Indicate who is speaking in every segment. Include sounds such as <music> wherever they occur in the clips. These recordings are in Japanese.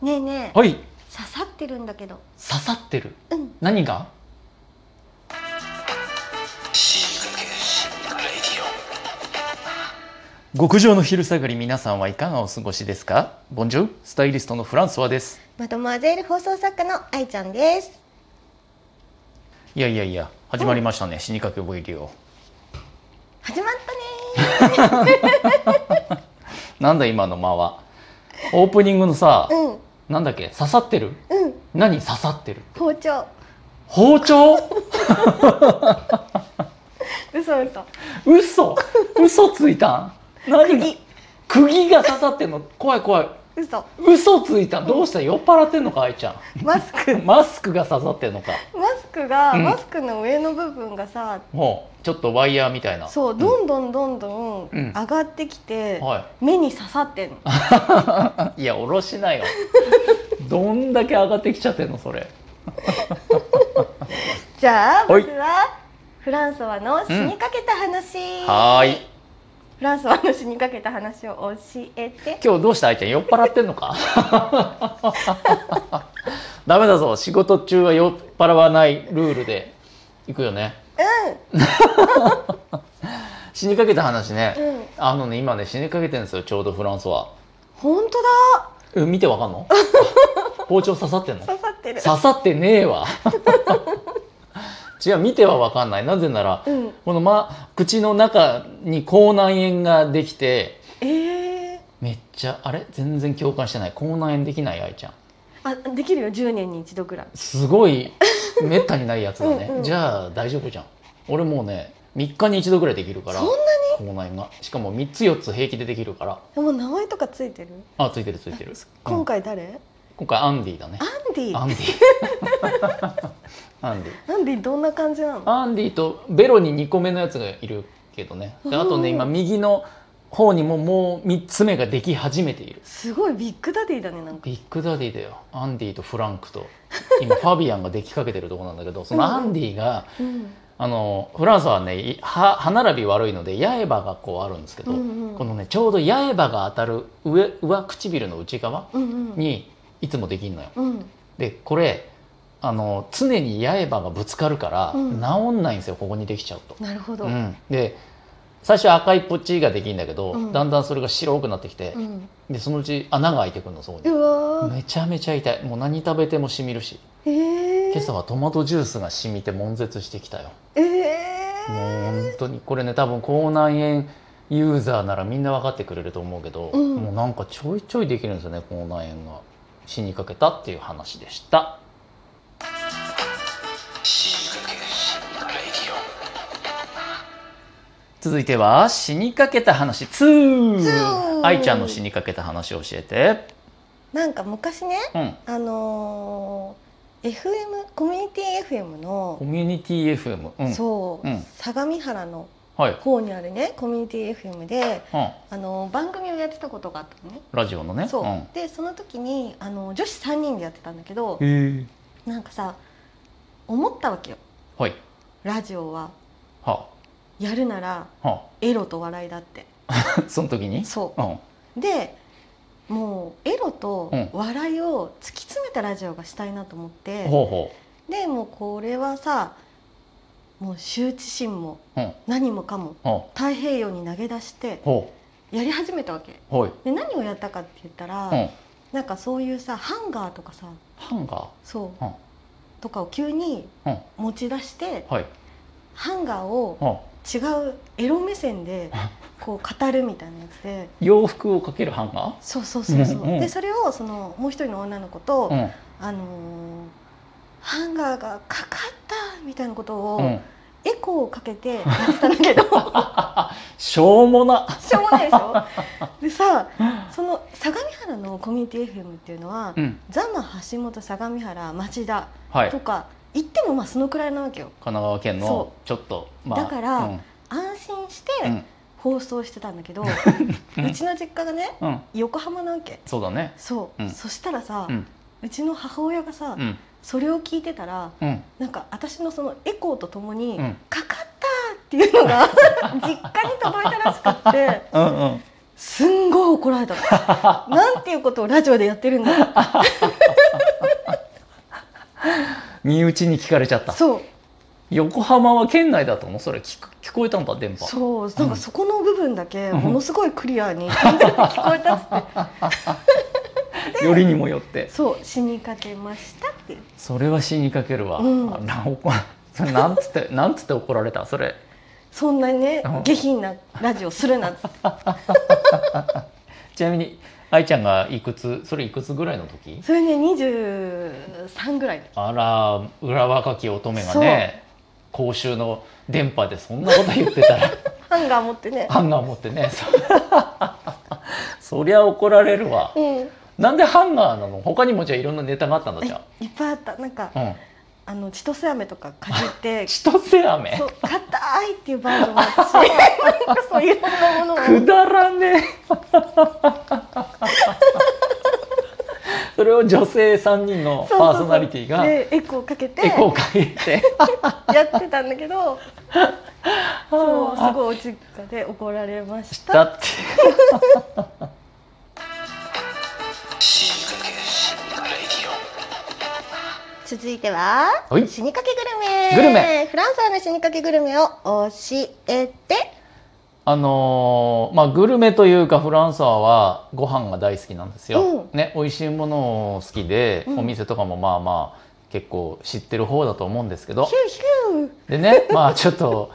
Speaker 1: ねえねえ
Speaker 2: はい刺
Speaker 1: 刺さってるんだけど
Speaker 2: さってる
Speaker 1: うん
Speaker 2: 何が極上の昼下がり皆さんはいかがお過ごしですかボンジョースタイリストのフランソワです
Speaker 1: マドモアゼール放送作家の愛ちゃんです
Speaker 2: いやいやいや始まりましたね、死にかけボイリオ
Speaker 1: 始まったね
Speaker 2: なんだ今の間はオープニングのさ、
Speaker 1: ー
Speaker 2: なんだっけ刺さってる
Speaker 1: うんうん
Speaker 2: 何刺さってる
Speaker 1: 包丁
Speaker 2: 包丁
Speaker 1: 嘘嘘
Speaker 2: 嘘嘘ついたん何が
Speaker 1: 釘
Speaker 2: 釘が刺さってんの怖い怖い
Speaker 1: 嘘
Speaker 2: 嘘ついたんどうした酔っ払ってんのか愛ちゃん
Speaker 1: マスク
Speaker 2: マスクが刺さってんのか
Speaker 1: マスクが、
Speaker 2: うん
Speaker 1: マスクの上の部分がさ
Speaker 2: もうちょっとワイヤーみたいな
Speaker 1: そうどんどんどんどん
Speaker 2: うん
Speaker 1: 上がってきて、
Speaker 2: は
Speaker 1: 目に刺さってんの
Speaker 2: い、い <laughs> やおろしなよどんだけ上がってきちゃってんのそれ
Speaker 1: じゃあま
Speaker 2: はい
Speaker 1: ずはフランソワの死にかけた話、
Speaker 2: はーい
Speaker 1: フランソワの死にかけた話を教えて
Speaker 2: 今日どうした愛ちゃん酔っ払ってんのか <laughs> ダメだぞ仕事中は酔っ払わないルールで行くよね死にかけた話ね、
Speaker 1: うんうん
Speaker 2: あのね今ね死にかけてるんですよちょうどフランスは
Speaker 1: 本当だ
Speaker 2: え見てわかん <laughs> の包丁刺さってんの
Speaker 1: 刺さってる
Speaker 2: 刺さってねえわ違う見てはわかんないなぜなら
Speaker 1: うん
Speaker 2: この、ま、口の中に口内炎ができて
Speaker 1: ええ
Speaker 2: めっちゃあれ全然共感してない口内炎できない愛ちゃん
Speaker 1: あできるよ10年に一度ぐらい
Speaker 2: すごいめったにないやつだね
Speaker 1: うんうん
Speaker 2: じゃあ大丈夫じゃん俺もうね3日に1度ぐらいできるから
Speaker 1: そんな
Speaker 2: 口内炎がしかも3つ4つ平気でできるから
Speaker 1: にもう名前とかついてる
Speaker 2: あついてるついてる
Speaker 1: 今
Speaker 2: 回
Speaker 1: 回誰
Speaker 2: 今回アンディだね
Speaker 1: アンデ
Speaker 2: ア
Speaker 1: ィ
Speaker 2: ンディアンディ <laughs>
Speaker 1: アンディどんな感じなの
Speaker 2: アンディとベロに2個目のやつがいるけどねであとね
Speaker 1: おー
Speaker 2: 今右の方にももう3つ目ができ始めている
Speaker 1: すごいビッグダディだねなんか
Speaker 2: ビッグダディだよアンディとフランクと今
Speaker 1: <laughs>
Speaker 2: ファビアンができかけてるとこなんだけどそのアンディが
Speaker 1: うん
Speaker 2: あのフランスはねい歯歯並び悪いので八重歯がこうあるんですけど、
Speaker 1: うんうん
Speaker 2: このねちょうど八重歯が当たる上上唇の内側
Speaker 1: うんうん
Speaker 2: にいつもできるのよ。
Speaker 1: うん
Speaker 2: でこれあの常に八重歯がぶつかるから、
Speaker 1: うん
Speaker 2: 治んないんですよここにできちゃうと。
Speaker 1: なるほど
Speaker 2: う
Speaker 1: うん
Speaker 2: ん、で最初赤いポッチができるんだけど、
Speaker 1: うん
Speaker 2: だんだんそれが白くなってきて、でそのうち穴が開いてくるのそこに
Speaker 1: うわー
Speaker 2: めちゃめちゃ痛いもう何食べてもしみるし
Speaker 1: えー
Speaker 2: 今朝はトマトジュースがしみて悶絶してきたよ
Speaker 1: え
Speaker 2: もう
Speaker 1: ー
Speaker 2: 本当にこれね多分口内炎ユーザーならみんな分かってくれると思うけど、
Speaker 1: うん
Speaker 2: もうなんかちょいちょいできるんですよね口内炎が死にかけたっていう話でした続いては死にかけた話2
Speaker 1: 2
Speaker 2: 愛ちゃんの死にかけた話を教えて
Speaker 1: なんか昔ね
Speaker 2: うん
Speaker 1: あのー FM コミュニティ FM
Speaker 2: コ
Speaker 1: の
Speaker 2: ミュニティ FM うん
Speaker 1: そう
Speaker 2: うん
Speaker 1: 相模原の
Speaker 2: はい、
Speaker 1: 方にあるねコミュニティ FM で
Speaker 2: うん、
Speaker 1: あのー番組をやってたことがあったのね
Speaker 2: ラジオのね
Speaker 1: そう、
Speaker 2: ん
Speaker 1: でその時にあの女子3人でやってたんだけど
Speaker 2: へえ
Speaker 1: なんかさ思ったわけよ
Speaker 2: はい
Speaker 1: ラジオは
Speaker 2: は
Speaker 1: やるなら
Speaker 2: あは
Speaker 1: エロと笑いだって
Speaker 2: あ <laughs> その時に
Speaker 1: そ
Speaker 2: う
Speaker 1: う
Speaker 2: ん
Speaker 1: でもうエロと
Speaker 2: うん
Speaker 1: 笑いを突き詰めたラジオがしたいなと思って、
Speaker 2: ほうほ
Speaker 1: でもうこれはさもう羞恥心も
Speaker 2: ううん
Speaker 1: 何もかも
Speaker 2: ほ
Speaker 1: 太平洋に投げ出して
Speaker 2: うほ
Speaker 1: やり始めたわけ
Speaker 2: うはい
Speaker 1: で何をやったかって言ったら、
Speaker 2: うん
Speaker 1: なんかそういうさハンガーとかさ
Speaker 2: ハンガ
Speaker 1: そう、
Speaker 2: うん
Speaker 1: とかを急に
Speaker 2: ーうん
Speaker 1: 持ち出して
Speaker 2: はい
Speaker 1: ハンガーを
Speaker 2: うん
Speaker 1: 違うエロ目線でこう語るみたいなやつで
Speaker 2: 洋服をかけるハンガ
Speaker 1: そうそうそうそう、
Speaker 2: うんうん
Speaker 1: でそれをそのもう一人の女の子と、
Speaker 2: ー
Speaker 1: あのーハンガーがかかったみたいなことを、
Speaker 2: うんうん
Speaker 1: エコーをかけてやってたんだけど
Speaker 2: <laughs>
Speaker 1: し
Speaker 2: しょうもな
Speaker 1: ょうもないでしょでさその相模原のコミュニティ FM っていうのは、
Speaker 2: うん
Speaker 1: ザマ橋本相模原町田
Speaker 2: はい
Speaker 1: と
Speaker 2: 神
Speaker 1: か行ってもまあそのくらいなわけよ
Speaker 2: 奈川県の
Speaker 1: そ
Speaker 2: ちょっとまあ
Speaker 1: だから
Speaker 2: うん
Speaker 1: 安心し
Speaker 2: う
Speaker 1: て
Speaker 2: ん
Speaker 1: 放送してたんだけど、
Speaker 2: う
Speaker 1: うんちの実家がね
Speaker 2: うん
Speaker 1: 横浜なわけ
Speaker 2: そうだね
Speaker 1: そう、
Speaker 2: うん
Speaker 1: そしたらさ、
Speaker 2: う
Speaker 1: うんちの母親がさ、
Speaker 2: うん
Speaker 1: それを聞いてたら
Speaker 2: うん
Speaker 1: なんか私のそのエコーとともに、
Speaker 2: うん
Speaker 1: <laughs> かかった!」っていうのが実家に届いたらしくって
Speaker 2: うんうん
Speaker 1: すんごい怒られたの
Speaker 2: <laughs>
Speaker 1: なんていうことをラジオでやってるんだ
Speaker 2: 身内に聞かれちゃった
Speaker 1: そう
Speaker 2: 横浜は県内だと思うそれ聞く聞こえたんだ電波
Speaker 1: そうなんかそこの部分だけものすごいクリアに完全に聞こえたっつって
Speaker 2: よりにもよって
Speaker 1: そう死にかけましたっていう
Speaker 2: それは死にかけるわ、
Speaker 1: うん
Speaker 2: あなおこそれなんつってなんつって怒られたそれ
Speaker 1: そんなね
Speaker 2: うん
Speaker 1: 下品なラジオするなっつって
Speaker 2: ちなみに愛ちゃんがいくつそれいくつぐらいの時
Speaker 1: それね23ぐらい
Speaker 2: あら裏若き乙女がね公衆の電波でそんなこと言っ
Speaker 1: <laughs>
Speaker 2: てたら
Speaker 1: ハンガー持ってね
Speaker 2: ハンガー持ってねそそりゃ怒られるわ
Speaker 1: うんえ
Speaker 2: なんでハンガーなの他にもじゃあいろんなネタがあったんだじゃ
Speaker 1: いっぱいあったなんか
Speaker 2: あうん
Speaker 1: あの千歳飴とかかじって
Speaker 2: 千歳飴
Speaker 1: そう硬いっていうバージョンもあ
Speaker 2: <laughs>
Speaker 1: ったしなんかそういろんなものを
Speaker 2: くだらねえそれを女性3人のパーソナリティがエ
Speaker 1: でエコーかけて
Speaker 2: コーかけて
Speaker 1: やってたんだけどそうす
Speaker 2: あ
Speaker 1: ごいお実家で怒られまし
Speaker 2: したたって
Speaker 1: 続いては
Speaker 2: はい
Speaker 1: 死にかけグルメ
Speaker 2: グルメ
Speaker 1: フランサーの死にかけグルメを教えて
Speaker 2: あのーまあグルメというかフランサーはご飯が大好きなんですよ、ね美味しいものを好きで、
Speaker 1: うん
Speaker 2: お店とかもまあまあ結構知ってる方だと思うんですけど
Speaker 1: ヒューヒュー
Speaker 2: でねまあ <laughs> ちょっと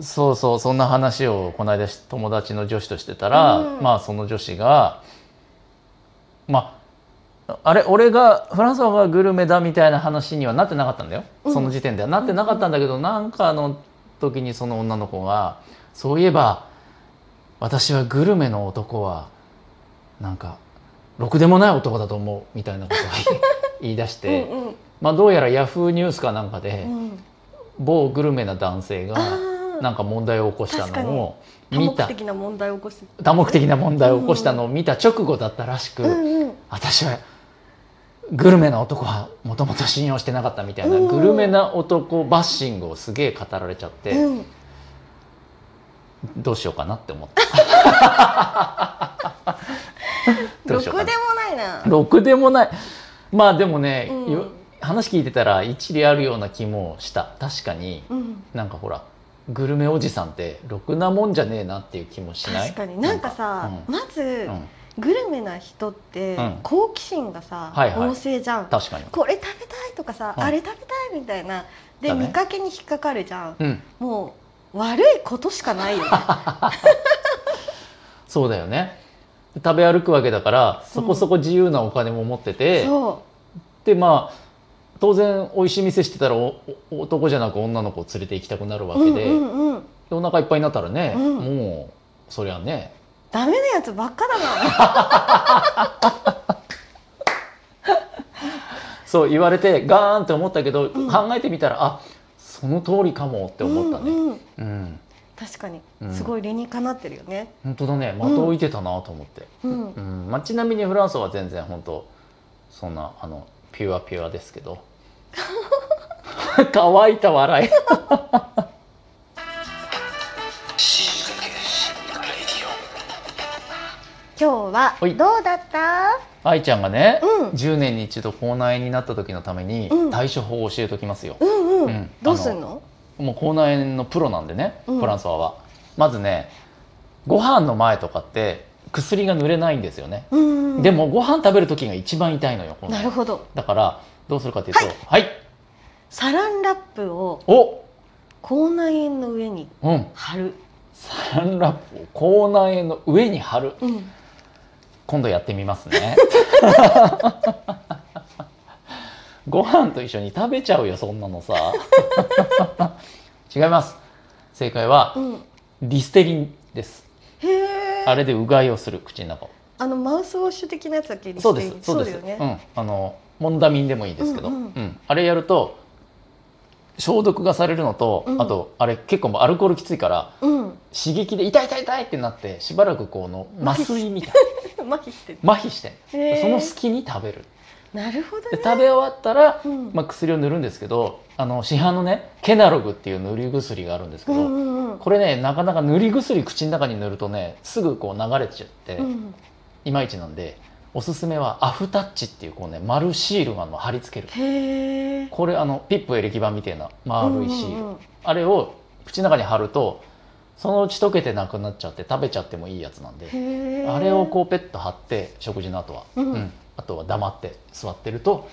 Speaker 2: そうそうそんな話をこの間し友達の女子としてたら、
Speaker 1: うん
Speaker 2: まあその女子がまああれ俺がフランスはグルメだみたいな話にはなってなかったんだよ、
Speaker 1: うん
Speaker 2: その時点ではなってなかったんだけど、なんかの時にその女の子が「そういえば私はグルメの男はなんかろくでもない男だと思う」みたいなことを言い <laughs> 言い出して、
Speaker 1: うんうん
Speaker 2: まあどうやらヤフーニュースかなんかで。
Speaker 1: うん
Speaker 2: 某グルメな男性が
Speaker 1: あ
Speaker 2: なんか問題を起こしたのを
Speaker 1: ー多
Speaker 2: 見
Speaker 1: 目
Speaker 2: た
Speaker 1: 的な問題を起こす
Speaker 2: 多目的な問題を起こしたのを見た直後だったらしく、
Speaker 1: うんうん
Speaker 2: 私はグルメな男はもともと信用してなかったみたいな、
Speaker 1: うん
Speaker 2: グルメな男バッシングをすげえ語られちゃって、
Speaker 1: うん
Speaker 2: どうしようかなって思った。ど
Speaker 1: <laughs> ろ
Speaker 2: うし
Speaker 1: く
Speaker 2: よう
Speaker 1: でも
Speaker 2: かな
Speaker 1: ないな
Speaker 2: ろくでもないまあでもね、
Speaker 1: うん
Speaker 2: よ話聞いてたら一理あるような気もした確かに
Speaker 1: うん
Speaker 2: なんかほらグルメおじさんってろくなもんじゃねえなっていう気もしない
Speaker 1: 確かになんかさ
Speaker 2: うん
Speaker 1: まず
Speaker 2: うん
Speaker 1: グルメな人って
Speaker 2: うん
Speaker 1: 好奇心がさ
Speaker 2: はいはい
Speaker 1: 旺盛じゃん
Speaker 2: 確かに
Speaker 1: これ食べたいとかさ
Speaker 2: うん
Speaker 1: あれ食べたいみたいなで
Speaker 2: だね
Speaker 1: 見かけに引っかかるじゃん
Speaker 2: うん
Speaker 1: もう悪いことしかないよ
Speaker 2: <laughs>
Speaker 1: ね
Speaker 2: そうだよね食べ歩くわけだからそこそこ自由なお金も持ってて、
Speaker 1: そ
Speaker 2: でまあ当然美味しい店してたらおお男じゃなく女の子を連れて行きたくなるわ
Speaker 1: うう
Speaker 2: け
Speaker 1: ん
Speaker 2: で,、
Speaker 1: うんうん
Speaker 2: でお腹いっぱいになったらね、
Speaker 1: うん
Speaker 2: もうそりゃね
Speaker 1: ダメなやつばっかだな
Speaker 2: そう言われてガーンって思ったけど、
Speaker 1: ん
Speaker 2: 考えてみたらあその通りかもって思ったね。
Speaker 1: うんうん
Speaker 2: うん
Speaker 1: 確かに
Speaker 2: うん
Speaker 1: すごい理にかなってるよね
Speaker 2: 本当だね的
Speaker 1: うん
Speaker 2: 置いてたなと思って、
Speaker 1: うん
Speaker 2: うんまあ、ちなみにフランスは全然本当そんなあのピュアピュアですけど <laughs> 乾いた笑い
Speaker 1: 今日は
Speaker 2: はい
Speaker 1: どうだった
Speaker 2: 愛ちゃんがね、
Speaker 1: うん
Speaker 2: 10年に一度口内炎になった時のために
Speaker 1: うん
Speaker 2: 対処法を教えときますよ、
Speaker 1: うん
Speaker 2: う
Speaker 1: うんんどうすんの
Speaker 2: もう口内炎のプロなんでね、
Speaker 1: うん
Speaker 2: フランスははまずねご飯の前とかって薬が塗れないんですよね、
Speaker 1: うんうん
Speaker 2: でもご飯食べる時が一番痛いのよ口内
Speaker 1: なる
Speaker 2: 炎
Speaker 1: ほど
Speaker 2: だからどうするかというとはい、
Speaker 1: サランラップを
Speaker 2: お
Speaker 1: 口内炎の上に
Speaker 2: うん
Speaker 1: 貼る
Speaker 2: サランラップを口内炎の上に貼る
Speaker 1: うん
Speaker 2: 今度やってみます <laughs> ねご飯と一緒に食べちゃうよそんなのさ違います正解は
Speaker 1: うん
Speaker 2: リステリンです
Speaker 1: へえ
Speaker 2: あれでうがいをする口の中を
Speaker 1: あのマウスウォッシュ的なやつだっけリス
Speaker 2: そう
Speaker 1: テ
Speaker 2: で
Speaker 1: リ
Speaker 2: す
Speaker 1: ン
Speaker 2: そうです
Speaker 1: だよね
Speaker 2: うん、あのモンダミンでもいいですけど、
Speaker 1: う
Speaker 2: うんん
Speaker 1: うん
Speaker 2: あれやると消毒がされるのと、
Speaker 1: うん
Speaker 2: あとあれ結構もうアルコールきついから
Speaker 1: うん
Speaker 2: 刺激で痛い痛い痛いってなってしばらくこうの麻酔みたい
Speaker 1: 麻痺して
Speaker 2: 麻痺してんです
Speaker 1: へー
Speaker 2: その隙に食べる
Speaker 1: なるほど
Speaker 2: で
Speaker 1: ね
Speaker 2: 食べ終わったら、
Speaker 1: うん
Speaker 2: まあ、薬を塗るんですけどあの市販のねケナログっていう塗り薬があるんですけ
Speaker 1: う
Speaker 2: ど、
Speaker 1: んうんうん
Speaker 2: これねなかなか塗り薬口の中に塗るとねすぐこう流れちゃって、
Speaker 1: うん
Speaker 2: いまいちなんでおすすめはアフタッチっていうこうね丸シールがあの貼り付ける
Speaker 1: へえ
Speaker 2: これあのピップエレキ板みたいな丸いシール、
Speaker 1: うんうんうん
Speaker 2: あれを口の中に貼るとそのうち溶けてなくなっちゃって食べちゃってもいいやつなんで
Speaker 1: へー
Speaker 2: あれをこうペット貼って食事の後は、
Speaker 1: うん
Speaker 2: あとは黙って座ってると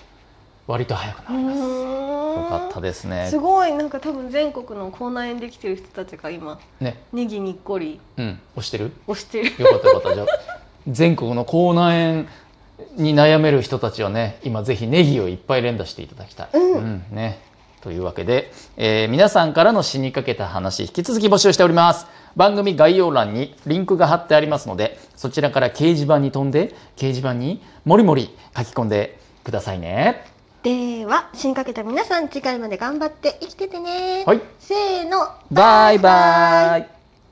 Speaker 2: 割と早く
Speaker 1: う
Speaker 2: なります、よ
Speaker 1: ーん
Speaker 2: かったですね
Speaker 1: すごいなんか多分全国の口内炎できてる人たちが今
Speaker 2: ね
Speaker 1: ネギにっこり
Speaker 2: うん押してる
Speaker 1: 押してる
Speaker 2: よかったよかったじゃ <laughs> あ全国の口内炎に悩める人たちはね今ぜひネギをいっぱい連打していただきたい、
Speaker 1: うん
Speaker 2: ね、というわけで、えー皆さんからの死にかけた話引き続き募集しております番組概要欄にリンクが貼ってありますのでそちらから掲示板に飛んで掲示板にもりもり書き込んでくださいね
Speaker 1: では死にかけた皆さん次回まで頑張って生きててね、
Speaker 2: はい
Speaker 1: せーの
Speaker 2: バイバイ